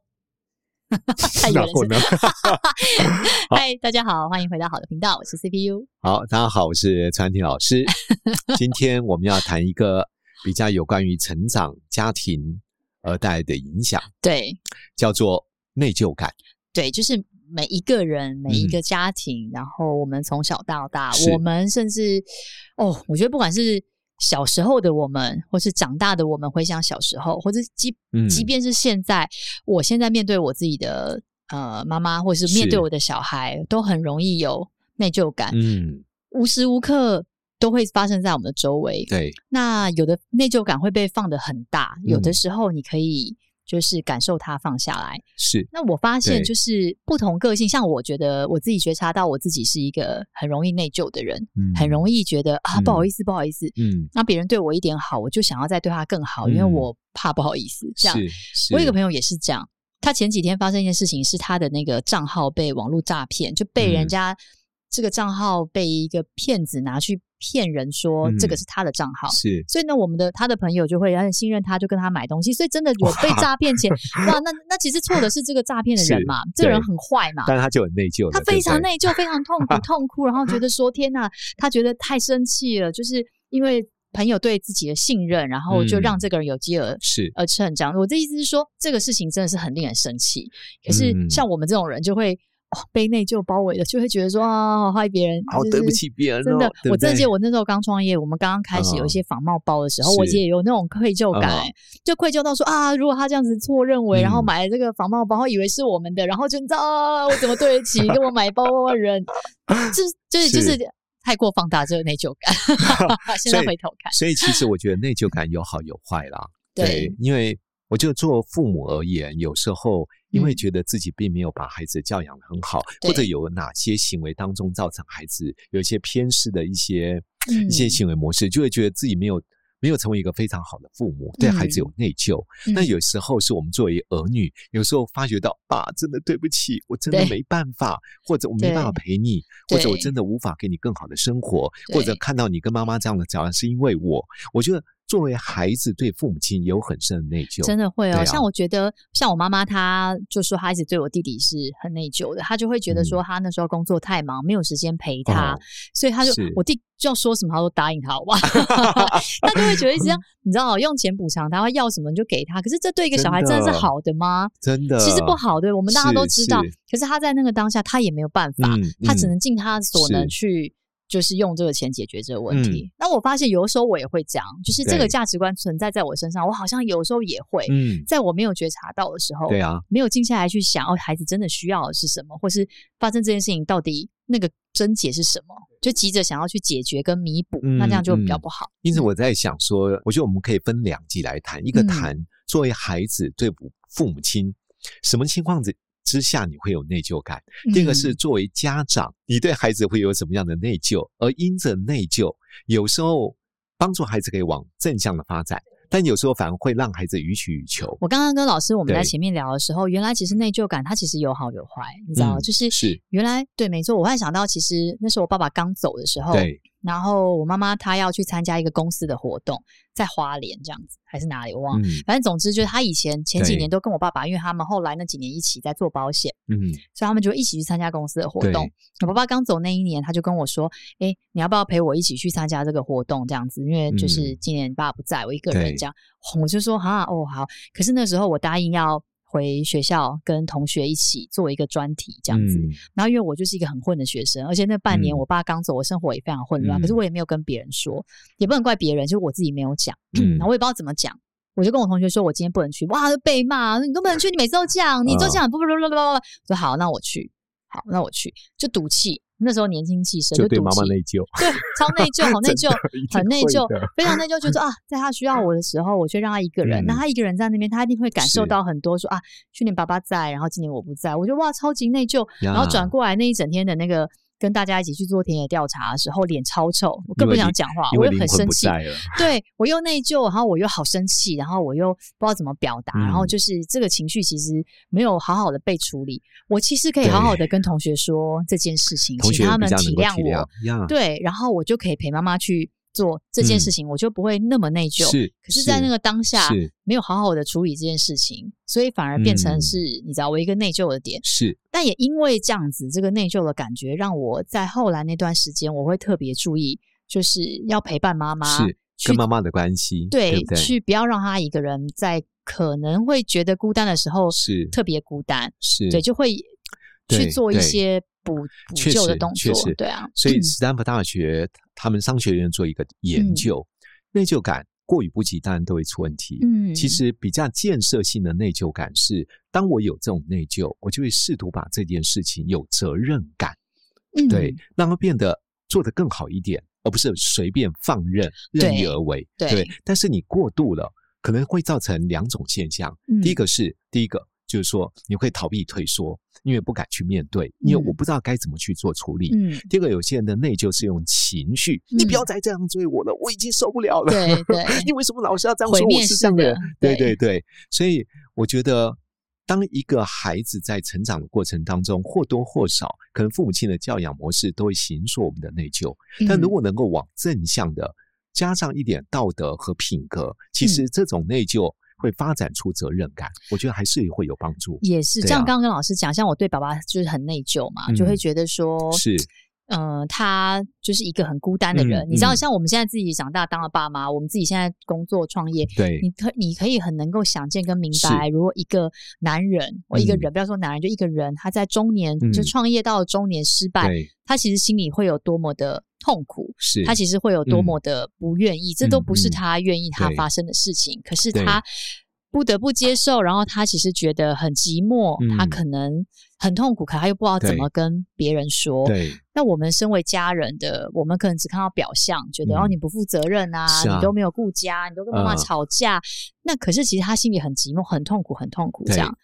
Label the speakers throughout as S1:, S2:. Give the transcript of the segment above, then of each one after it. S1: 太有
S2: 哪
S1: 人
S2: 过呢？
S1: 嗨，大家好，欢迎回到好的频道，我是 CPU。
S2: 好，大家好，我是陈安婷老 师。今天我们要谈一个比较有关于成长、家庭而带来的影响，
S1: 对
S2: 叫做内疚感。
S1: 对，就是每一个人、每一
S2: 嗯
S1: 个家庭，然后我们从小到大，
S2: 是
S1: 我们甚至哦，我觉得不管是小时候的我们，或是长大的我们，回想小时候，或者即
S2: 嗯
S1: 即便是现在，我现在面对我自己的呃妈妈，或是面对
S2: 是
S1: 我的小孩，都很容易有内疚感，
S2: 嗯，
S1: 无时无刻都会发生在我们的周围。
S2: 对，
S1: 那有的内疚感会被放得很大，有的
S2: 嗯
S1: 时候你可以就是感受它放下来。
S2: 是，
S1: 那我发现
S2: 对
S1: 就是不同个性，像我觉得我自己觉察到我自己是一个很容易内疚的人，
S2: 嗯
S1: 很容
S2: 易，
S1: 易觉得啊
S2: 嗯
S1: 不好意思不好意思，
S2: 嗯，
S1: 那别人对我一点好，我就想要再对他更好，因为
S2: 嗯
S1: 我怕不好意思。这样，
S2: 是，是
S1: 我有一个朋友也是这样，他前几天发生一件事情，是他的那个账号被网络诈骗，就被人
S2: 嗯
S1: 家、这个账号被一个骗子拿去骗人说这个
S2: 嗯
S1: 是他的账号。
S2: 是，
S1: 所以呢，我们的他的朋友就会很信任他，就跟他买东西。所以真的有被诈骗 前，哇，那那其实错的是这个诈骗的人
S2: 是
S1: 嘛，这个人
S2: 对
S1: 很坏嘛，
S2: 但他就很内疚了，
S1: 他
S2: 对
S1: 非
S2: 不
S1: 常
S2: 对
S1: 内疚，非常痛 苦，痛哭，然后觉得说天呐，他觉得太生气了，就是因为朋友对自己的信任，然后就让
S2: 嗯
S1: 这个人有机而
S2: 是，
S1: 而趁这样。我的意思是说，这个事情真的是很令人生气。可是
S2: 嗯
S1: 像我们这种人，就会、哦被内疚包围的，就会觉得说啊，好害别人，
S2: 好
S1: 就是
S2: 对不起别人哦，
S1: 真的，
S2: 对不
S1: 我真的
S2: 对
S1: 记得我那时候刚创业，我们刚刚开始有一些仿冒包的时候，
S2: 嗯
S1: 我姐也有那种愧疚感、
S2: 嗯
S1: 就愧疚到说啊，如果她这样子错认为，
S2: 嗯
S1: 然后买了这个仿冒包，以为是我们的，然后就你知道啊，我怎么对得起跟我买包包的 人？这这
S2: 是
S1: 就是太过放大这个内疚 感。现在
S2: 所以
S1: 回头看，
S2: 所以其实我觉得内疚感有好有坏啦。
S1: 对，
S2: 因为我就做父母而言，有时候因为
S1: 嗯
S2: 觉得自己并没有把孩子教养得很好，
S1: 对
S2: 或者有哪些行为当中造成孩子有一些偏失的一些、
S1: 嗯
S2: 一些行为模式，就会觉得自己没有。没有成为一个非常好的父母，对孩子有内疚。
S1: 嗯
S2: 那有时候是我们作为儿女，有时候发觉到啊，真的对不起，我真的
S1: 对
S2: 没办法，或者我没办法陪你，或者我
S1: 对
S2: 真的无法给你更好的生活，
S1: 对
S2: 或者看到你跟妈妈这样的交往是因为我。我觉得作为孩子对父母亲有很深的内疚，
S1: 真的会哦，
S2: 对啊
S1: 像我觉得，像我妈妈，她就说她一直对我弟弟是很内疚的，她就会觉
S2: 嗯
S1: 得说她那时候工作太忙，没有时间陪他，
S2: 哦
S1: 所以她就是我弟就要说什么，她都答应他，好吧？ 她就会觉得一 直这样，你知道，哦用钱补偿他，要什么你就给他，可是这对一个小孩真
S2: 真
S1: 的
S2: 的
S1: 是好的吗？
S2: 真的，
S1: 其实不好，对我们大家
S2: 是
S1: 都知道
S2: 是，
S1: 可是他在那个当下，他也没有办法，
S2: 嗯
S1: 他只
S2: 嗯
S1: 能尽他所
S2: 是
S1: 能去，就是用这个钱解决这个问题
S2: 嗯。
S1: 那我发现有的时候我也会这样，就是这个
S2: 对
S1: 价值观存在在我身上，我好像有时候也会，
S2: 嗯，
S1: 在我没有觉察到的时候，
S2: 对啊，
S1: 没有静下来去想，哦，孩子真的需要的是什么，或是发生这件事情到底那个症结是什么，就急着想要去解决跟弥补，那这样就比较
S2: 嗯嗯
S1: 不好。
S2: 因此我在想说，我觉得我们可以分两集来谈，
S1: 嗯
S2: 一个谈作为孩子对父父母亲什么情况之之下你会有内疚感，第二个是
S1: 嗯
S2: 作为家长，你对孩子会有什么样的内疚，而因着内疚，有时候帮助孩子可以往正向的发展，但有时候反而会让孩子予取予求。
S1: 我刚刚跟老师我们在
S2: 对
S1: 前面聊的时候，原来其实内疚感它其实有好有坏，你知道吗，
S2: 嗯
S1: 就是
S2: 是
S1: 原来对，没错。我还想到，其实那时候我爸爸刚走的时候，
S2: 对，
S1: 然后我妈妈她要去参加一个公司的活动，在花莲这样子还是哪里我忘了。
S2: 嗯
S1: 反正总之就是他以前前几
S2: 对
S1: 年都跟我爸爸，因为他们后来那几年一起在做保险，
S2: 嗯，
S1: 所以他们就一起去参加公司的活
S2: 对
S1: 动。我爸爸刚走那一年，他就跟我说：“哎、你要不要陪我一起去参加这个活动？这样子，因为就是
S2: 嗯
S1: 今年爸爸不在，我一个人
S2: 对
S1: 这样。我就说：“哈，哦，好。”可是那时候我答应要回学校跟同学一起做一个专题这样子。
S2: 嗯
S1: 然后因为我就是一个很混的学生，而且那半年
S2: 嗯
S1: 我爸刚走，我生活也非常混乱。
S2: 嗯
S1: 可是我也没有跟别人说，也不能怪别人，就是我自己没有讲，
S2: 嗯
S1: 然后我也不知道怎么讲。我就跟我同学说，我今天不能去，哇，被骂，你都不能去，你每次都这样，你都
S2: 嗯
S1: 这样，不不不不不不，我说好，那我去，好，那我去，就赌气。那时候年轻气盛，
S2: 就
S1: 赌
S2: 对
S1: 气，
S2: 妈妈内疚，
S1: 对， 超内疚，好内疚，
S2: 一定
S1: 很内疚
S2: 会的，
S1: 非常内疚，就是啊，在他需要我的时候，我却让他一个人。
S2: 嗯
S1: 那他一个人在那边，他一定会感受
S2: 是
S1: 到很多说啊，去年爸爸在，然后今年我不在，我觉得哇，超级内疚。
S2: 呀
S1: 然后转过来那一整天的那个跟大家一起去做田野调查的时候，脸超臭，我更不
S2: 因为
S1: 想
S2: 你
S1: 讲话，啊
S2: 因
S1: 我
S2: 为
S1: 又
S2: 灵
S1: 很
S2: 魂
S1: 生
S2: 不
S1: 气，
S2: 在了，
S1: 对我又内疚，然后我又好生气，然后我又不知道怎么表达，然后
S2: 嗯
S1: 就是这个情绪其实没有好好的被处理。我其实可以好好的跟同学说这件事情，
S2: 同学
S1: 请他
S2: 也比
S1: 们
S2: 较能够
S1: 谅
S2: 体
S1: 我
S2: 谅，呀，
S1: 对，然后我就可以陪妈妈去做这件事情，我就不会那么内疚。
S2: 嗯是。
S1: 可是，在那个当下
S2: 是
S1: 没有好好的处理这件事情，所以反而变成
S2: 嗯
S1: 是、你知道我一个内疚的点。
S2: 是
S1: 但也因为这样子，这个内疚的感觉，让我在后来那段时间，我会特别注意，就是要陪伴妈妈，
S2: 是
S1: 啊去
S2: 跟妈妈的关系，
S1: 对
S2: 不对？
S1: 去不要让她一个人在可能会觉得孤单的时候
S2: 是
S1: 特别孤单，
S2: 是
S1: 对，就会去
S2: 对
S1: 做一
S2: 对
S1: 些补补
S2: 确
S1: 救的
S2: 实
S1: 动
S2: 确
S1: 作
S2: 实，
S1: 对啊，
S2: 所以
S1: 嗯
S2: 斯坦福大学他们商学院做一个研究，内疚感过于不及，当然都会出问题。
S1: 嗯
S2: 其实比较建设性的内疚感是，当我有这种内疚，我就会试图把这件事情有责任感，
S1: 嗯
S2: 对，让它变得做得更好一点，而不是随便放任、
S1: 对
S2: 任意而为。
S1: 对
S2: 但是你过度了，可能会造成两种现象。
S1: 嗯
S2: 第一个是第一个。就是说，你会逃避退缩，因为不敢去面对，因为
S1: 嗯
S2: 我不知道该怎么去做处理。
S1: 嗯，
S2: 第二个，有些人的内疚是用情绪，
S1: 嗯
S2: 你不要再这样追我了，我已经受不了了。
S1: 对对
S2: 你为什么老是要这样
S1: 毁
S2: 说我
S1: 灭式
S2: 是这样的
S1: 的
S2: 人？对
S1: 对
S2: 对对，所以我觉得，当一个孩子在成长的过程当中，或多或少，可能父母亲的教养模式都会形塑我们的内疚。但如
S1: 嗯
S2: 果能够往正向的加上一点道德和品格，其
S1: 嗯
S2: 实这种内疚会发展出责任感，我觉得还是会有帮助。
S1: 也是，
S2: 对
S1: 像
S2: 啊
S1: 刚刚跟老师讲，像我对爸爸就是很内疚嘛，就会
S2: 嗯
S1: 觉得说，
S2: 是
S1: 嗯，他就是一个很孤单的人。
S2: 嗯
S1: 你知道，
S2: 嗯
S1: 像我们现在自己长大当了爸妈，我们自己现在工作创业，
S2: 对
S1: 你可你可以很能够想见跟明
S2: 是
S1: 白，如果一个男人，我一个
S2: 嗯
S1: 人，不要说男人，就一个人，他在中年、就
S2: 嗯
S1: 创业到了中年失败，
S2: 对
S1: 他其实心里会有多么的痛苦。
S2: 是，
S1: 他其实会有多
S2: 嗯
S1: 么的不愿意，这都不是
S2: 嗯嗯
S1: 他愿意他
S2: 对
S1: 发生的事情，可是
S2: 对
S1: 他不得不接受，然后他其实觉得很寂寞，他
S2: 嗯
S1: 可能很痛苦，可他又不知道怎
S2: 对
S1: 么跟别人说。
S2: 对
S1: 那我们身为家人的，我们可能只看到表象，觉得、哦
S2: 嗯
S1: 你不负责任啊，
S2: 是
S1: 你
S2: 啊
S1: 都没有顾家，你都跟妈妈
S2: 嗯
S1: 吵架。那可是其实他心里很寂寞，很痛苦，很痛苦这
S2: 对
S1: 样。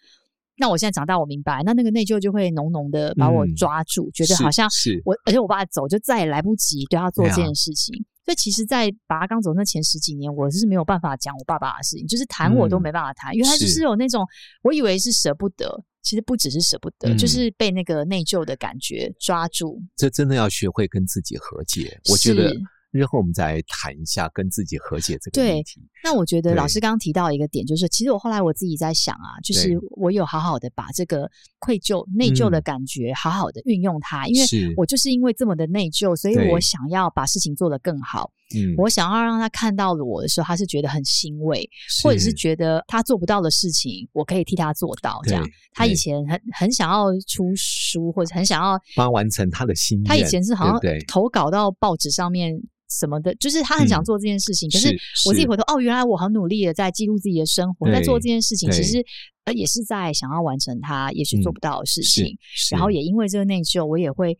S1: 那我现在长大，我明白，那那个内疚就会浓浓的把我
S2: 嗯
S1: 抓住，觉得
S2: 是
S1: 好像
S2: 是
S1: 我，而且我爸走就再也来不及对他做
S2: 对
S1: 这
S2: 啊
S1: 件事情。所以其实，在爸爸刚走那前十几年，我是没有办法讲我爸爸的事情，就是谈我都
S2: 嗯
S1: 没办法谈，因为他就是是有那种我以为是舍不得，其实不只是舍不得，就
S2: 嗯
S1: 是被那个内疚的感觉抓住。
S2: 这真的要学会跟自己和解。我觉得
S1: 是
S2: 日后我们再谈一下跟自己和解这个
S1: 对
S2: 问题。
S1: 那我觉得老
S2: 对
S1: 师刚刚提到一个点，就是其实我后来我自己在想啊，就是
S2: 对
S1: 我有好好的把这个愧疚、内疚的
S2: 嗯
S1: 感觉好好的运用它，因为
S2: 是
S1: 我就是因为这么的内疚，所以
S2: 对
S1: 我想要把事情做得更好。
S2: 嗯
S1: 我想要让他看到了我的时候，他是觉得很欣慰，或者是觉得他做不到的事情，我可以替他做到。这样
S2: 对，
S1: 他以
S2: 对
S1: 前很很想要出书，或者很想要，
S2: 帮完成他的心愿，
S1: 他以前是好像
S2: 对不对
S1: 投稿到报纸上面。什么的，就是他很想
S2: 嗯
S1: 做这件事情，可是
S2: 是
S1: 我自己
S2: 是
S1: 回头，哦，原来我很努力的在记录自己的生活，在做
S2: 对
S1: 这件事情，其
S2: 对
S1: 实呃也是在想要完成他也许做
S2: 嗯
S1: 不到的事
S2: 是
S1: 情，
S2: 是
S1: 然后也因为这个内疚，我也会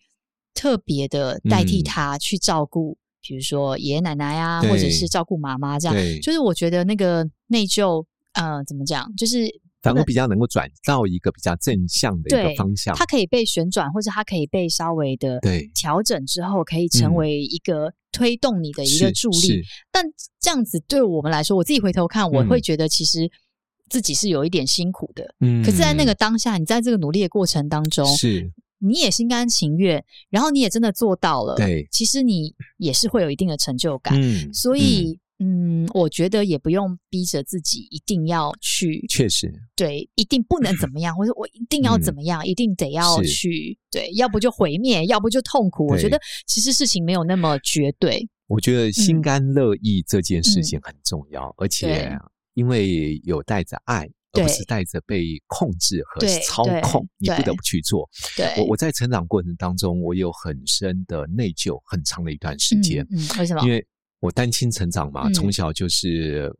S1: 特别的代替
S2: 嗯
S1: 他去照顾，比如说爷爷奶奶啊，或者
S2: 对
S1: 是照顾妈妈这样。
S2: 对，
S1: 就是我觉得那个内疚，呃，怎么讲，就是
S2: 反而比较能够转到一个比较正向的一
S1: 对
S2: 个方向。
S1: 它可以被旋转，或者它可以被稍微的
S2: 对
S1: 调整之后，可以成
S2: 嗯
S1: 为一个推动你的一个
S2: 是
S1: 助
S2: 是
S1: 力。但这样子对我们来说，我自己回头看，我会
S2: 嗯
S1: 觉得其实自己是有一点辛苦的。
S2: 嗯
S1: 可是，在那个当下，你在这个努力的过程当中，
S2: 是
S1: 你也心甘情愿，然后你也真的做到了，
S2: 对
S1: 其实你也是会有一定的成就感。
S2: 嗯
S1: 呃所
S2: 嗯
S1: 以，嗯我觉得也不用逼着自己一定要去，
S2: 确实
S1: 对，一定不能怎么样，或者我一定要怎么样，一定得要
S2: 嗯是
S1: 去，对，要不就毁灭，要不就痛苦。我觉
S2: 对
S1: 得其实事情没有那么绝对，
S2: 我觉得心
S1: 嗯
S2: 甘乐意这件事
S1: 嗯
S2: 情很重要，而
S1: 对
S2: 且因为有带着爱，而不
S1: 对
S2: 是带着被控制和
S1: 对
S2: 操
S1: 对
S2: 控，你不
S1: 对
S2: 得不去做。
S1: 对，
S2: 我我在成长过程当中，我有很深的内疚，很长的一段时间，
S1: 嗯，嗯为什么
S2: 因？为我单亲成长嘛，
S1: 嗯
S2: 从小就是。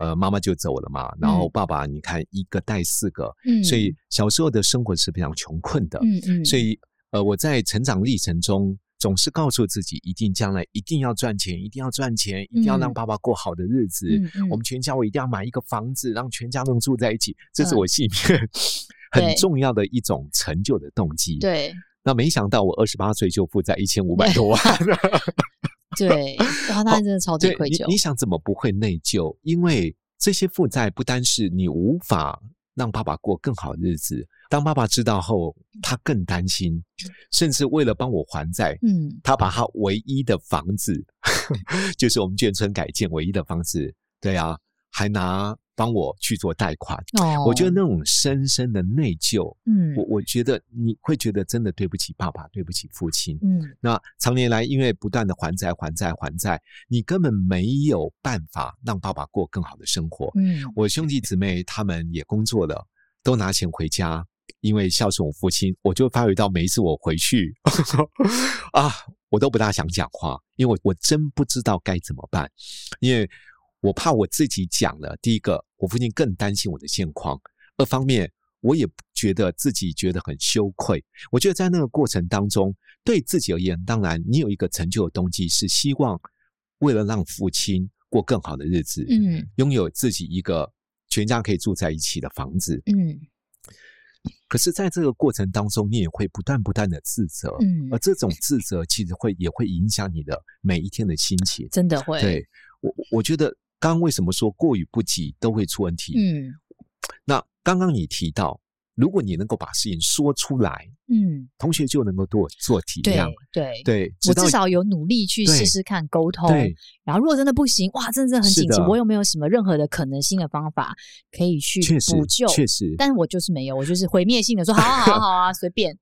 S2: 呃，妈妈就走了嘛，然后爸爸你看一个带四个，
S1: 嗯
S2: 所以小时候的生活是非常穷困的。
S1: 嗯嗯，
S2: 所
S1: 以
S2: 以呃，我在成长历程中总是告诉自己，一定将来一定要赚钱，一定要赚钱，一定要
S1: 嗯
S2: 让爸爸过好的日子。
S1: 嗯嗯
S2: 我们全家我一定要买一个房子，让全家能住在一起，这是
S1: 嗯
S2: 我心里面 很
S1: 对
S2: 重要的一种成就的动机。
S1: 对，
S2: 那没想到我二十八岁就负债一千五百多万，
S1: 对，哇，那真的超级
S2: 对
S1: 愧疚
S2: 你。你想怎么不会内疚？因为这些负债不单是你无法让爸爸过更好日子，当爸爸知道后，他更担心，甚至为了帮我还债，
S1: 嗯，
S2: 他把他唯一的房子， 就是我们眷村改建唯一的房子，对啊，还拿帮我去做贷款。
S1: 哦，
S2: 我觉得那种深深的内疚，
S1: 嗯
S2: 我我觉得你会觉得真的对不起爸爸，对不起父亲。
S1: 嗯
S2: 那常年来因为不断的还债、还债、还债，你根本没有办法让爸爸过更好的生活。
S1: 嗯
S2: 我兄弟姊妹他们也工作了，都拿钱回家，因为孝顺我父亲，我就发觉到每一次我回去 啊，我都不大想讲话，因为我我真不知道该怎么办，因为我怕我自己讲了，第一个我父亲更担心我的现况，二方面。我也觉得自己觉得很羞愧。我觉得在那个过程当中，对自己而言，当然你有一个成就的动机，是希望为了让父亲过更好的日子，
S1: 嗯
S2: 拥有自己一个全家可以住在一起的房子。
S1: 嗯
S2: 可是，在这个过程当中，你也会不断不断的自责，
S1: 嗯
S2: 而，这种自责其实会也会影响你的每一天的心情。
S1: 真的会。，
S2: 对我，我觉得刚刚为什么说过于不及都会出问题？
S1: 嗯
S2: 那刚刚你提到，如果你能够把事情说出来，
S1: 嗯，
S2: 同学就能够做做体
S1: 对啊
S2: 谅。
S1: 对。
S2: 对，直
S1: 我
S2: 到
S1: 至少有努力去
S2: 对
S1: 试试看沟通，
S2: 对
S1: 然后如果真的不行，哇，真的是很
S2: 是
S1: 紧急，
S2: 的
S1: 我有没有什么任何的可能性的方法可以去
S2: 确实
S1: 补救？
S2: 确实，
S1: 但我就是没有，我就是毁灭性的说，好啊好啊好啊，随便。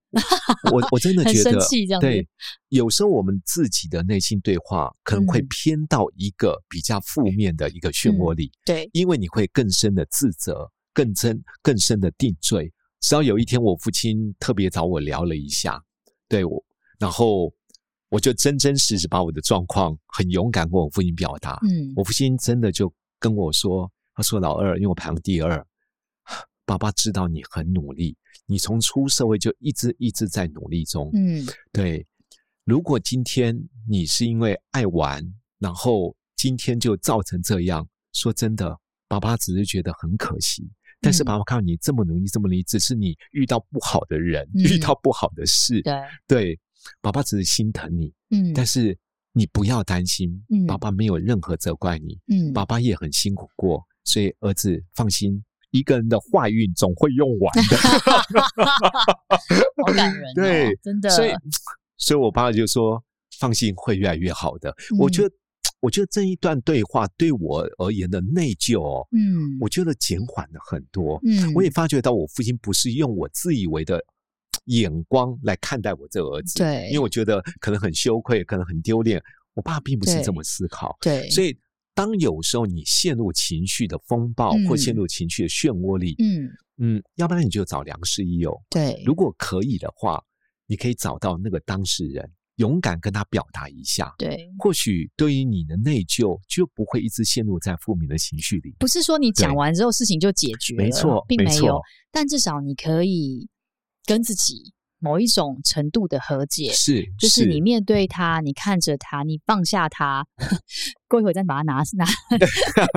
S2: 我我真 的
S1: 很
S2: 觉
S1: 生
S2: 得
S1: 气这样子
S2: 对，有时候我们自己的内心对话可能会
S1: 嗯
S2: 偏到一个比较负面的一个漩涡里，
S1: 对，
S2: 因为你会更深的自责，更深更深的定罪。直到有一天，我父亲特别找我聊了一下，对我，然后我就真真实实把我的状况很勇敢跟我父亲表达。
S1: 嗯，
S2: 我父亲真的就跟我说，他说老二，因为我排行第二，爸爸知道你很努力，你从出社会就一直一直在努力中。
S1: 嗯
S2: 对，如果今天你是因为爱玩，然后今天就造成这样，说真的，爸爸只是觉得很可惜。但是
S1: 嗯
S2: 爸爸看到你这么努力，这么努力，只是你遇到不好的人，
S1: 嗯
S2: 遇到不好的事，
S1: 对，
S2: 对，爸爸只是心疼你，
S1: 嗯
S2: 但是你不要担心，
S1: 嗯
S2: 爸爸没有任何责怪你，
S1: 嗯，
S2: 爸爸也很辛苦过，所以儿子放心，一个人的坏运总会用完 的。
S1: 好感人、哦，
S2: 对，
S1: 真的，
S2: 所以，所以我爸就说，放心，会越来越好的。
S1: 嗯
S2: 我觉得，我觉得这一段对话对我而言的内疚哦，
S1: 嗯，
S2: 我觉得减缓了很多。
S1: 嗯，
S2: 我也发觉到，我父亲不是用我自以为的。眼光来看待我这个儿子，
S1: 对
S2: 因为我觉得可能很羞愧，可能很丢脸。我爸并不是
S1: 对
S2: 这么思考，
S1: 对，
S2: 所
S1: 以
S2: 以，当有时候你陷入情绪的风暴
S1: 嗯
S2: 或陷入情绪的漩涡里，
S1: 嗯，
S2: 嗯，要不然你就找良师益友。
S1: 对，
S2: 如果可以的话，你可以找到那个当事人，勇敢跟他表达一下，
S1: 对。
S2: 或许对于你的内疚就不会一直陷入在负面的情绪里。
S1: 不是说你讲
S2: 对
S1: 完之后事情就解决了，
S2: 没错，
S1: 呃并
S2: 没
S1: 没有
S2: 错，，
S1: 但至少你可以跟自己某一种程度的和解，
S2: 是
S1: 就是你面对它，你看着它，你放下它， 过一会儿再把它拿拿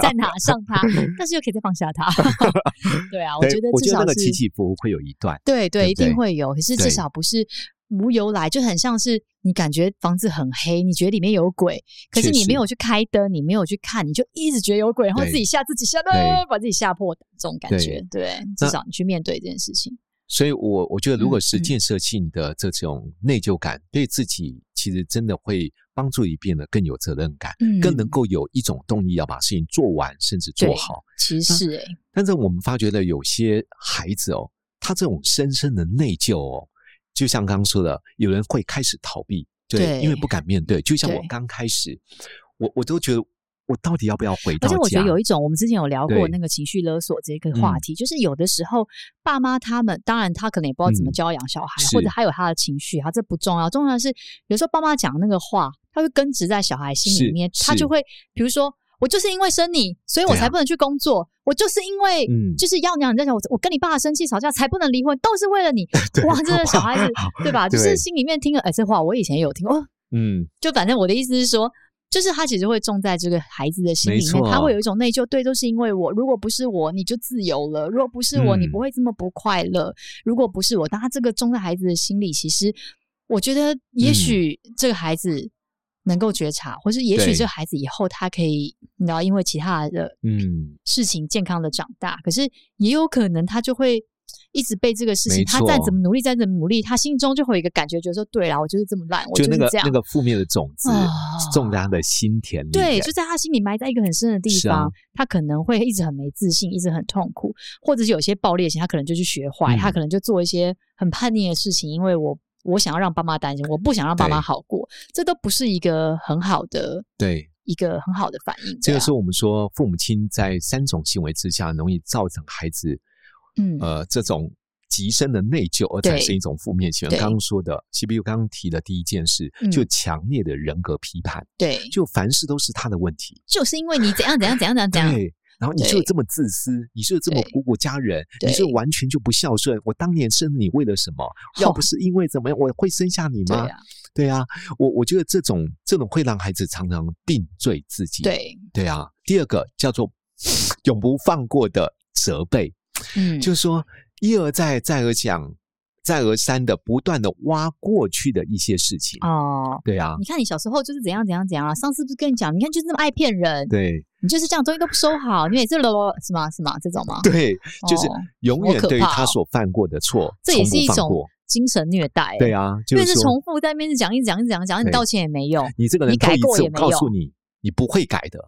S1: 再拿上它，但是又可以再放下它。 对啊，我
S2: 对
S1: 觉得
S2: 我
S1: 至
S2: 觉得
S1: 少
S2: 那个
S1: 是
S2: 起起伏伏会有一段，
S1: 对对，
S2: 对
S1: 一
S2: 不对
S1: 定会有。可是至
S2: 对
S1: 少不是无由来，就很像是你感觉房子很黑，你觉得里面有鬼，可是
S2: 确
S1: 你没
S2: 实
S1: 有去开灯，你没有去看，你就一直觉得有鬼，然后自
S2: 对
S1: 己吓自己吓到
S2: 对
S1: 把自己吓破，这种感
S2: 对
S1: 觉。对，至
S2: 那
S1: 少你去面对这件事情。
S2: 所以我我觉得，如果
S1: 嗯
S2: 是
S1: 嗯
S2: 建设性的这种内疚感，对自己其实真的会帮助你变得更有责任感，
S1: 嗯
S2: 更能够有一种动力要把事情做完，甚至做
S1: 对
S2: 好。
S1: 其实是哎、欸，
S2: 但是我们发觉了有些孩子哦，他这种深深的内疚哦，就像刚刚说的，有人会开始逃避，对，
S1: 对
S2: 因为不敢面对。就像我
S1: 对
S2: 刚开始，我我都觉得我到底要不要回到
S1: 而
S2: 家？
S1: 且我觉得有一种，我们之前有聊过
S2: 对
S1: 那个情绪勒索这个话
S2: 嗯
S1: 题，就是有的时候爸妈他们，当然他可能也不知道怎么
S2: 嗯
S1: 教养小孩，
S2: 是
S1: 或者他有他的情绪，啊他这不重要，重要的是有时候爸妈讲那个话，他会根植在小孩心里
S2: 是
S1: 面，他
S2: 是
S1: 就会比如说。我就是因为生你，所以我
S2: 对啊
S1: 才不能去工作。我就是因为
S2: 嗯
S1: 就是要娘你在想我，我跟你爸生气吵架才不能离婚，都是为了你。哇，这个小孩子对吧？就是
S2: 对
S1: 心里面听了，哎，这话我以前也有听过，哦，
S2: 嗯，
S1: 就反正我的意思是说，就是他其实会种在这个孩子的心里
S2: 没
S1: 面，
S2: 错
S1: 他会有一种内疚，对，都是因为我，如果不是我，你就自由了；如果不是我，
S3: 嗯
S1: 你不会这么不快乐；如果不是我，当他这个种在孩子的心里，其实我觉得，
S2: 嗯
S1: 也许这个孩子能够觉察，或是也许
S2: 对
S1: 这个孩子以后他可以，你知道，因为其他的
S2: 嗯，
S1: 事情健康的长大，可是也有可能他就会一直被这个事情，
S2: 没
S1: 他
S2: 错
S1: 再怎么努力，再怎么努力，他心中就会有一个感觉，觉得说对啦，我就是这么烂，我
S2: 就那
S1: 是
S2: 个
S1: 这样。
S2: 那个负面的种子
S1: 啊
S2: 种在他的心田里。
S1: 对，就在他心里埋在一个很深的地
S2: 是啊
S1: 方，他可能会一直很没自信，一直很痛苦，或者是有些暴力型，他可能就去学坏，
S2: 嗯
S1: 他可能就做一些很叛逆的事情，因为我我想要让爸妈担心，我不想让爸妈
S2: 对
S1: 好过，这都不是一个很好的
S2: 对，
S1: 一个很好的反应。
S2: 这
S1: 对
S2: 个
S1: 啊
S2: 是我们说父母亲在三种行为之下，容易造成孩子
S1: 嗯
S2: 呃这种极深的内疚，而
S1: 对
S2: 产生一种负面行为。
S1: 对
S2: 刚刚说的，CPU 刚刚提的第一件事
S1: 嗯，
S2: 就强烈的人格批判，
S1: 对，
S2: 就凡事都是他的问题，
S1: 就是因为你怎样怎样怎样怎样怎样，
S2: 对。然后你就
S1: 对
S2: 这么自私，你就这么
S1: 对
S2: 不顾家人，
S1: 对
S2: 你就完全就不孝顺。我当年生你为了什么？要不是因为怎么样，我会生下你
S1: 对
S2: 吗？
S1: 啊，
S2: 对啊，我我觉得这种这种会让孩子常常定罪自己。
S1: 对，
S2: 对啊，第二个叫做 永不放过的责备，
S1: 嗯，
S2: 就是说一而再、再而想、再而三的不断的挖过去的一些事情。
S1: 哦。
S2: 对啊，
S1: 你看，你小时候就是怎样怎样怎样啊！上次不是跟你讲，你看就是这么爱骗人，
S2: 对
S1: 你就是这样东西都不收好，你每次啰啰什么什么这种吗？
S2: 对，就是
S1: 哦
S2: 永
S1: 好
S2: 远
S1: 可
S2: 对于
S1: 怕
S2: 他
S1: 哦
S2: 所犯过的错，
S1: 这也
S2: 从
S1: 是
S2: 不
S1: 一
S2: 放
S1: 种
S2: 过
S1: 精神虐待、欸
S2: 对，啊，就
S1: 因为
S2: 是
S1: 是
S2: 说
S1: 重复在那边讲一直讲一直讲一直讲，你
S2: 对
S1: 道歉也没 用，
S2: 你这个人
S1: 你
S2: 偷
S1: 改
S2: 一
S1: 过
S2: 次，
S1: 也
S2: 我
S1: 没
S2: 告诉
S1: 用
S2: 你，你不会改 的。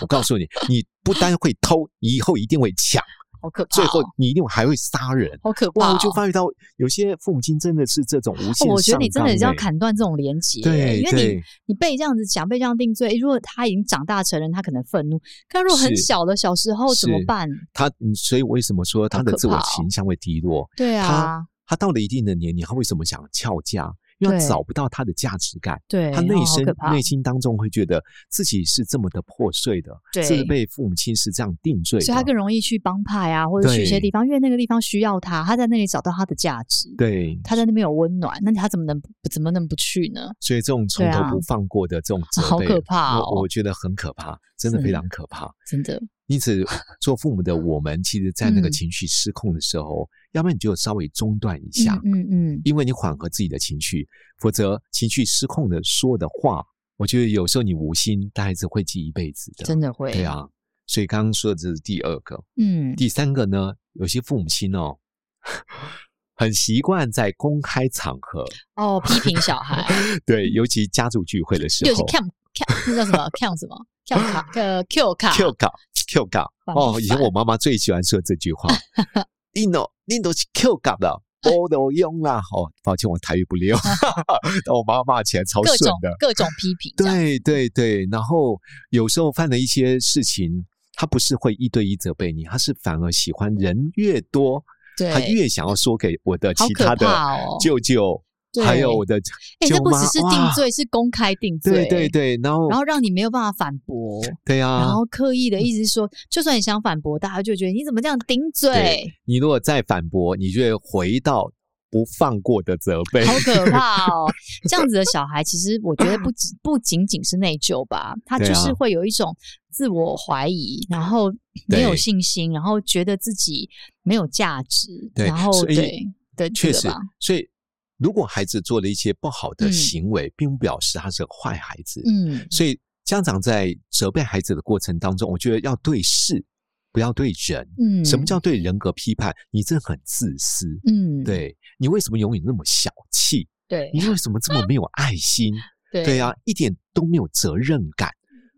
S2: 我告诉你，你不单会偷，以后一定会抢，
S1: 好可怕、
S2: 最
S1: 哦，
S2: 后你一定还会杀人。
S1: 好可怕、
S2: 哇，
S1: 哦
S2: 我就发觉到有些父母亲真的是这种无限、
S1: 哦我觉得你真的是要。砍断这种连结，欸
S2: 对
S1: 因为你
S2: 对
S1: 你被这样子讲，被这样定罪，如果他已经长大成人，他可能愤怒；，但如果很
S2: 是
S1: 小的小时候怎么
S2: 是
S1: 办？
S2: 他，嗯所以为什么说他
S1: 好
S2: 的
S1: 可
S2: 自我
S1: 怕哦
S2: 形象会低落？
S1: 对啊
S2: 他，他到了一定的年龄，他为什么想翘家？因为他
S1: 对
S2: 找不到他的价值感，
S1: 对，
S2: 他内
S1: 哦好
S2: 心
S1: 可怕
S2: 内心当中会觉得自己是这么的破碎的，
S1: 对
S2: 是被父母亲是这样定罪
S1: 所以他
S2: 的。
S1: 更容易去帮派啊，或者去一些
S2: 对
S1: 地方，因为那个地方需要他，他在那里找到他的价值，
S2: 对，
S1: 他在那边有温暖，那他怎么能不怎么能不去呢？
S2: 所以这种从
S1: 对
S2: 头
S1: 啊
S2: 不放过的这种责备，
S1: 好可怕哦
S2: 我我觉得很可怕，真的
S1: 是
S2: 非常可怕。
S1: 真的，
S2: 因此，做父母的我们，其实在那个
S1: 嗯
S2: 情绪失控的时候，要不然你就稍微中断一下，
S1: 嗯嗯嗯，
S2: 因为你缓和自己的情绪，否则情绪失控的说的话，我觉得有时候你无心，但还是会记一辈子的。
S1: 真的会，
S2: 对，啊，所以刚刚说的这是第二个，
S1: 嗯，
S2: 第三个呢，有些父母亲哦，很习惯在公开场合，
S1: 哦，批评小 孩，
S2: 对，尤其家族聚会的时
S1: 就是
S2: 候
S1: cam cam 那叫什么 cam 什么 cam 卡呃 Q 卡
S2: ，Q 稿 Q 稿
S1: 烦
S2: 哦，以前
S1: 烦
S2: 我妈妈最喜欢说这句 话，你都你都是 Q 稿的。我都用啦，哦，抱歉，我台语不 溜，但我妈妈骂起来超
S1: 各
S2: 顺
S1: 种
S2: 的，
S1: 各种批评，这样，
S2: 对对对，然后有时候犯了一些事情，他不是会一对一责备你，他是反而喜欢人越多，他
S1: 对，
S2: 越想要说给我的
S1: 好
S2: 其
S1: 可
S2: 他的
S1: 怕哦
S2: 舅舅，
S1: 对
S2: 还有我的
S1: 哎，
S2: 舅
S1: 这不
S2: 妈，
S1: 只是定
S2: 哇，
S1: 罪，是公开定罪，
S2: 对对。对，然后
S1: 然后让你没有办法反驳，
S2: 对啊，
S1: 然后刻意的一直说，就算你想反驳，大家就觉得你怎么这样顶嘴
S2: 对，你如果再反驳，你就会回到不放过的责备
S1: 好，可怕哦！这样子的小孩，其实我觉得不仅不仅仅是内疚吧，他
S2: 对
S1: 就
S2: 啊
S1: 是会有一种自我怀疑，然后没有信心，然后觉得自己没有价值，
S2: 对
S1: 然后
S2: 所以
S1: 对对，这
S2: 确
S1: 个
S2: 实
S1: 吧，
S2: 所以如果孩子做了一些不好的
S1: 嗯
S2: 行为，并不表示他是坏孩子，
S1: 嗯，
S2: 所以家长在责备孩子的过程当中，我觉得要对事，不要对人。
S1: 嗯
S2: 什么叫对人格批判？你这很自私。
S1: 嗯？
S2: 对你为什么永远那么小气？
S1: 对
S2: 你为什么这么没有爱心？
S1: 对
S2: 对呀、啊一点都没有责任感，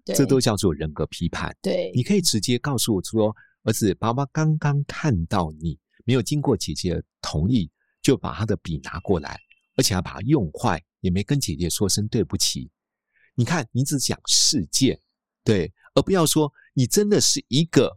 S1: 对
S2: 这都叫做人格批判。
S1: 对
S2: 你可以直接告诉我说：“儿子，爸爸刚刚看到你没有经过姐姐的同意，就把她的笔拿过来，而且还把它用坏，也没跟姐姐说声对不起。你看，你只讲事件，对，而不要说你真的是一个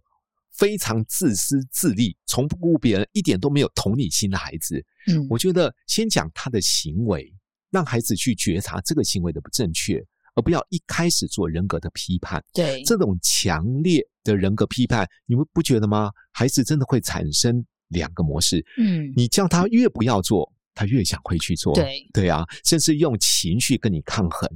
S2: 非常自私自利、从不顾别人、一点都没有同理心的孩子。
S1: 嗯
S2: 我觉得先讲他的行为，让孩子去觉察这个行为的不正确，而不要一开始做人格的批判。
S1: 对
S2: 这种强烈的人格批判，你们不觉得吗？孩子真的会产生两个模式：
S1: 嗯
S2: 你叫他越不要做，他越想回去做。
S1: 对
S2: 对啊，甚至用情绪跟你抗衡，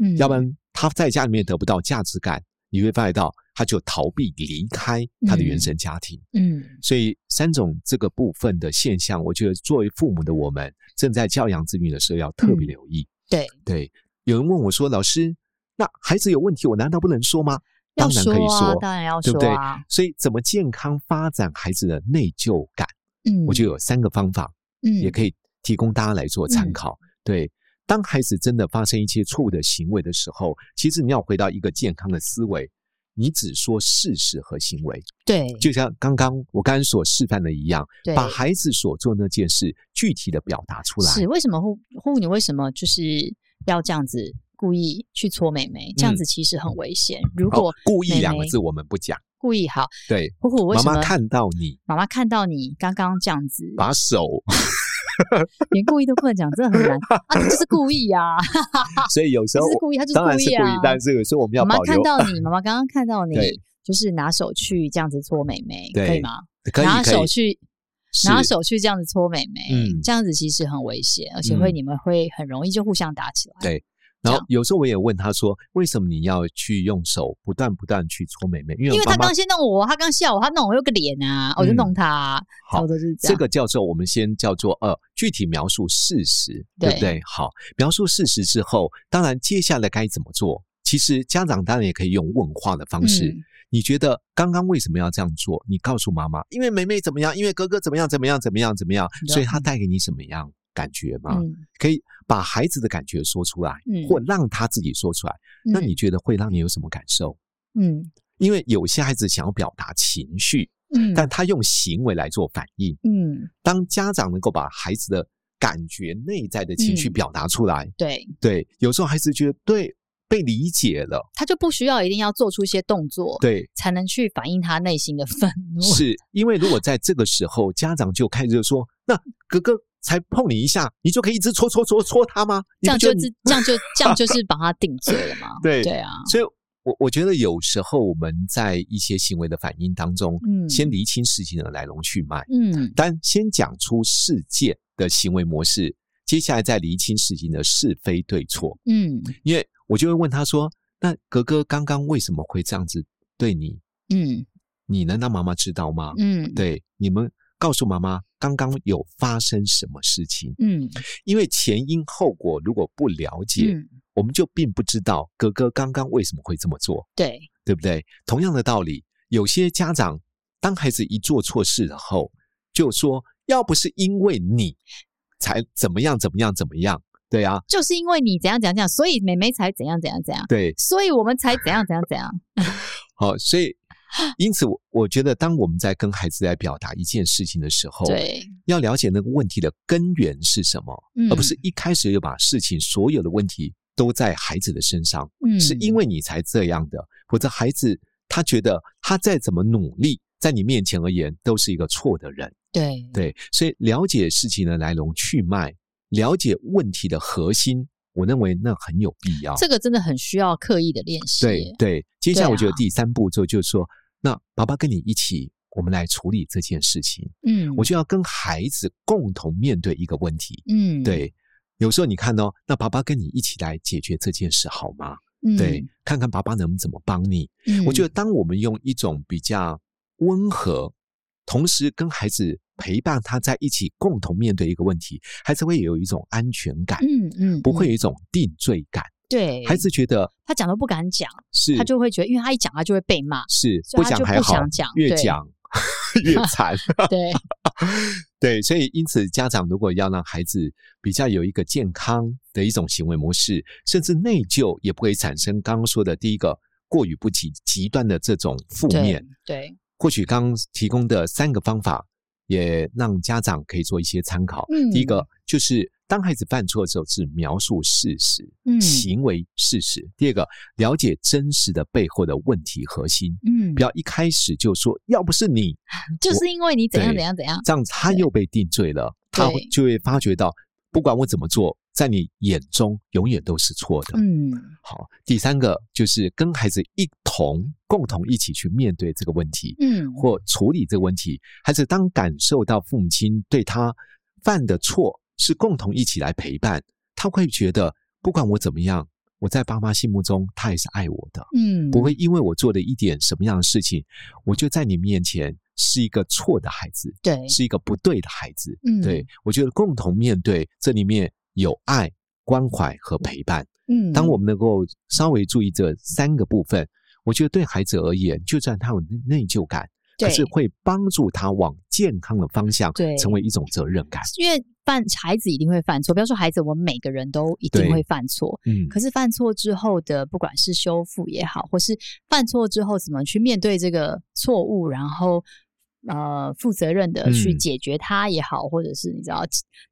S1: 嗯，
S2: 要不然他在家里面得不到价值感，你会发觉到他就逃避离开他的原生家庭。
S1: 嗯
S2: 所以三种这个部分的现象，我觉得作为父母的我们，正在教养子女的时候要特别留意。
S1: 嗯对
S2: 对，有人问我说：“老师，那孩子有问题，我难道不能说吗？”
S1: 要
S2: 当然
S1: 说
S2: 可以
S1: 啊
S2: 说，，
S1: 当然要
S2: 对
S1: 说
S2: 不对
S1: 啊，
S2: 所以怎么健康发展孩子的内疚感，
S1: 嗯，
S2: 我就有三个方法，
S1: 嗯
S2: 也可以提供大家来做参考。对，当孩子真的发生一些错误的行为的时候，其实你要回到一个健康的思维，你只说事实和行为，
S1: 对，
S2: 就像刚刚我刚刚所示范的一样，
S1: 对
S2: 把孩子所做那件事具体的表达出来。
S1: 是为什么护护你为什么就是要这样子故意去戳妹妹？这样
S2: 嗯
S1: 子其实很危险。如
S2: 哦
S1: 果
S2: 故意
S1: 妹
S2: 两个
S1: 妹
S2: 字我们不讲，
S1: 故意好，
S2: 对，
S1: 呼呼，为
S2: 妈
S1: 什么
S2: 妈看到 你
S1: 妈妈看到你刚刚这样子，
S2: 把手，
S1: 连故意都不能讲，真的很难啊！这就是故意啊，
S2: 所以有时
S1: 这
S2: 候
S1: 是故意，他就是
S2: 当然
S1: 故
S2: 是
S1: 意
S2: 故意
S1: 啊，。
S2: 但是有时候我们要
S1: 妈
S2: 保
S1: 妈看
S2: 留。
S1: 到 你，妈妈刚刚看到你
S2: 对，
S1: 就是拿手去这样子搓妹妹，可以
S2: 对
S1: 吗？
S2: 可以
S1: 拿
S2: 可以
S1: 手去
S2: 是
S1: 拿手去这样子搓妹妹，
S2: 嗯
S1: 这样子其实很危险，而且会
S2: 嗯
S1: 你们会很容易就互相打起来。
S2: 对然
S1: 这
S2: 后有时候我也问他说，为什么你要去用手不断不断去搓妹妹？因为
S1: 因为
S2: 妈
S1: 他
S2: 妈
S1: 刚先弄我，他刚笑我，他弄我有个脸啊，我就
S2: 嗯
S1: 弄他啊，差
S2: 好
S1: 不多就是这
S2: 这
S1: 样。
S2: 个叫做我们先叫做呃具体描述事实，对不
S1: 对
S2: 对？好，描述事实之后，当然接下来该怎么做？其实家长当然也可以用问话的方式。
S1: 嗯
S2: 你觉得刚刚为什么要这样做？你告诉妈妈，因为妹妹怎么样，因为哥哥怎么样，怎么样，怎么样，怎么样，
S1: 对
S2: 所以他带给你什么样感觉吗？
S1: 嗯，
S2: 可以把孩子的感觉说出来，
S1: 嗯
S2: 或让他自己说出来。那
S1: 嗯
S2: 你觉得会让你有什么感受？
S1: 嗯
S2: 因为有些孩子想要表达情绪，
S1: 嗯，
S2: 但他用行为来做反应。
S1: 嗯
S2: 当家长能够把孩子的感觉、内在的情绪
S1: 嗯
S2: 表达出来，
S1: 对，
S2: 对，有时候孩子觉得对被理解了，
S1: 他就不需要一定要做出一些动作，
S2: 对，
S1: 才能去反映他内心的愤 怒。
S2: 是因为如果在这个时候家长就开始说，那哥哥才碰你一下，你就可以一直戳戳戳戳他吗？
S1: 这
S2: 你不
S1: 样
S2: 觉
S1: 就
S2: 得你
S1: 是这 样就这样就是把他定罪了嘛？
S2: 对
S1: 对啊，
S2: 所以我我觉得有时候我们在一些行为的反应当中，
S1: 嗯
S2: 先厘清事情的来龙去脉，
S1: 嗯
S2: 但先讲出事件的行为模式，接下来再厘清事情的是非对错。
S1: 嗯
S2: 因为我就会问他说：“那格格刚刚为什么会这样子对你？
S1: 嗯
S2: 你能让妈妈知道吗？”
S1: 嗯，，
S2: 对，你们告诉妈妈刚刚有发生什么事情，
S1: 嗯
S2: 因为前因后果如果不了解，
S1: 嗯
S2: 我们就并不知道格格刚刚为什么会这么做，
S1: 对，
S2: 对不对？同样的道理，有些家长当孩子一做错事后，就说要不是因为你，才怎么样怎么样怎么样，对啊，
S1: 就是因为你怎样怎样怎样，所以妹妹才怎样怎样怎样，
S2: 对，
S1: 所以我们才怎样怎样怎样。
S2: 好，所以
S1: 啊
S2: 因此我我觉得，当我们在跟孩子来表达一件事情的时候，
S1: 对，
S2: 要了解那个问题的根源是什么，
S1: 嗯
S2: 而不是一开始就把事情所有的问题都在孩子的身上，
S1: 嗯
S2: 是因为你才这样的，否则孩子他觉得他再怎么努力，在你面前而言都是一个错的人。
S1: 对
S2: 对，所以了解事情的来龙去脉，了解问题的核心，我认为那很有必要。
S1: 这个真的很需要刻意的练习。
S2: 对对，接下来
S1: 对
S2: 我觉得
S1: 啊
S2: 第三步骤就是说，那爸爸跟你一起，我们来处理这件事情。
S1: 嗯，
S2: 我就要跟孩子共同面对一个问题。
S1: 嗯，
S2: 对，有时候你看哦，那爸爸跟你一起来解决这件事好吗？
S1: 嗯
S2: 对，，看看爸爸能怎么帮你。
S1: 嗯
S2: 我觉得当我们用一种比较温和，同时跟孩子陪伴他在一起共同面对一个问题，孩子会有一种安全感，
S1: 嗯嗯，
S2: 不会
S1: 嗯
S2: 有一种定罪感。
S1: 对
S2: 孩子觉得
S1: 他讲都不敢讲，
S2: 是
S1: 他就会觉得，因为他一讲他就会被 骂。
S2: 是
S1: 所以
S2: 不
S1: 他
S2: 讲
S1: 就
S2: 还
S1: 不
S2: 好
S1: 想讲，
S2: 越
S1: 对
S2: 讲 越惨。
S1: 对，
S2: 对，所以因此家长如果要让孩子比较有一个健康的一种行为模式，甚至内疚也不会产生刚刚说的第一个过于不及极端的这种负面
S1: 对。对，
S2: 或许刚刚提供的三个方法，也让家长可以做一些参考。
S1: 嗯
S2: 第一个就是当孩子犯错的时候，是描述事实。
S1: 嗯
S2: 行为事实。第二个，了解真实的背后的问题核心，
S1: 嗯
S2: 不，要一开始就说要不是你
S1: 就是因为你怎样
S2: 对
S1: 怎样怎样，
S2: 这样，他又被定罪了，他
S1: 嗯对
S2: 就会发觉到，不管我怎么做，在你眼中永远都是错的。
S1: 嗯
S2: 好，第三个就是跟孩子一同共同一起去面对这个问题，
S1: 嗯，
S2: 或处理这个问题。孩子当感受到父母亲对他犯的错是共同一起来陪伴，他会觉得不管我怎么样，我在爸妈心目中，他也是爱我的，
S1: 嗯，
S2: 不会因为我做的一点什么样的事情，我就在你面前是一个错的孩子，
S1: 对，
S2: 是一个不对的孩子。
S1: 嗯
S2: 对我觉得共同面对这里面有爱、关怀和陪伴。
S1: 嗯，
S2: 当我们能够稍微注意这三个部分，我觉得对孩子而言，就算他有内疚感，可
S1: 对
S2: 是会帮助他往健康的方向
S1: 对，
S2: 成为一种责任感。
S1: 因为犯孩子一定会犯错，不要说孩子，我们每个人都一
S2: 对
S1: 定会犯错。
S2: 嗯，
S1: 可是犯错之后的，不管是修复也好，或是犯错之后怎么去面对这个错误，然后呃负责任的去
S2: 嗯
S1: 解决它也好，或者是你知道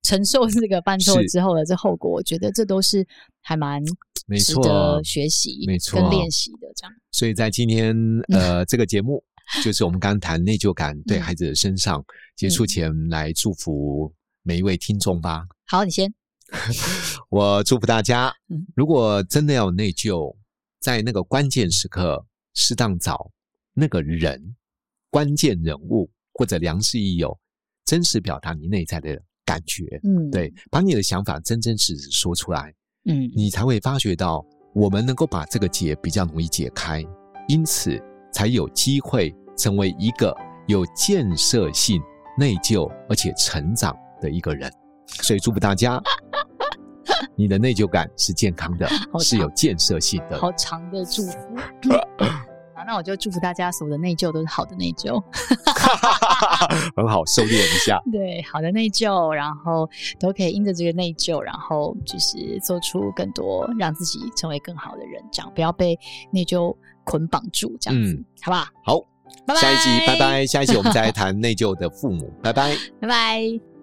S1: 承受这个犯错
S2: 是
S1: 之后的这后果，我觉得这都是还蛮
S2: 没
S1: 值
S2: 错啊
S1: 得学习、
S2: 没错啊
S1: 跟练习的。这样
S2: 所以在今天呃这个节目，就是我们刚谈内疚感对
S1: 嗯
S2: 孩子的身上，结束前来祝福每一位听众吧。
S1: 好，你先
S2: 我祝福大家
S1: 嗯，
S2: 如果真的要有内疚，在那个关键时刻，适当找那个人、关键人物或者良师益友，真实表达你内在的感觉，
S1: 嗯，
S2: 对，把你的想法真真实实说出来，
S1: 嗯，
S2: 你才会发觉到，我们能够把这个结比较容易解开，因此才有机会成为一个有建设性、内疚而且成长的一个人。所以祝福 大家，你的内疚感是健康的，
S1: 好
S2: 是有建设性的。
S1: 好长的祝福。 好，那我就祝福大家所有的内疚都是好的内疚，
S2: 很好，收敛一下。
S1: 对，好的内疚，然后都可以因着这个内疚，然后就是做出更多让自己成为更好的人，这样不要被内疚捆绑住，这样子，
S2: 嗯
S1: 好不好？
S2: 好，
S1: 拜拜，
S2: 下一集拜，拜，下一集我们再来谈内疚的父母，拜拜。
S1: 拜拜。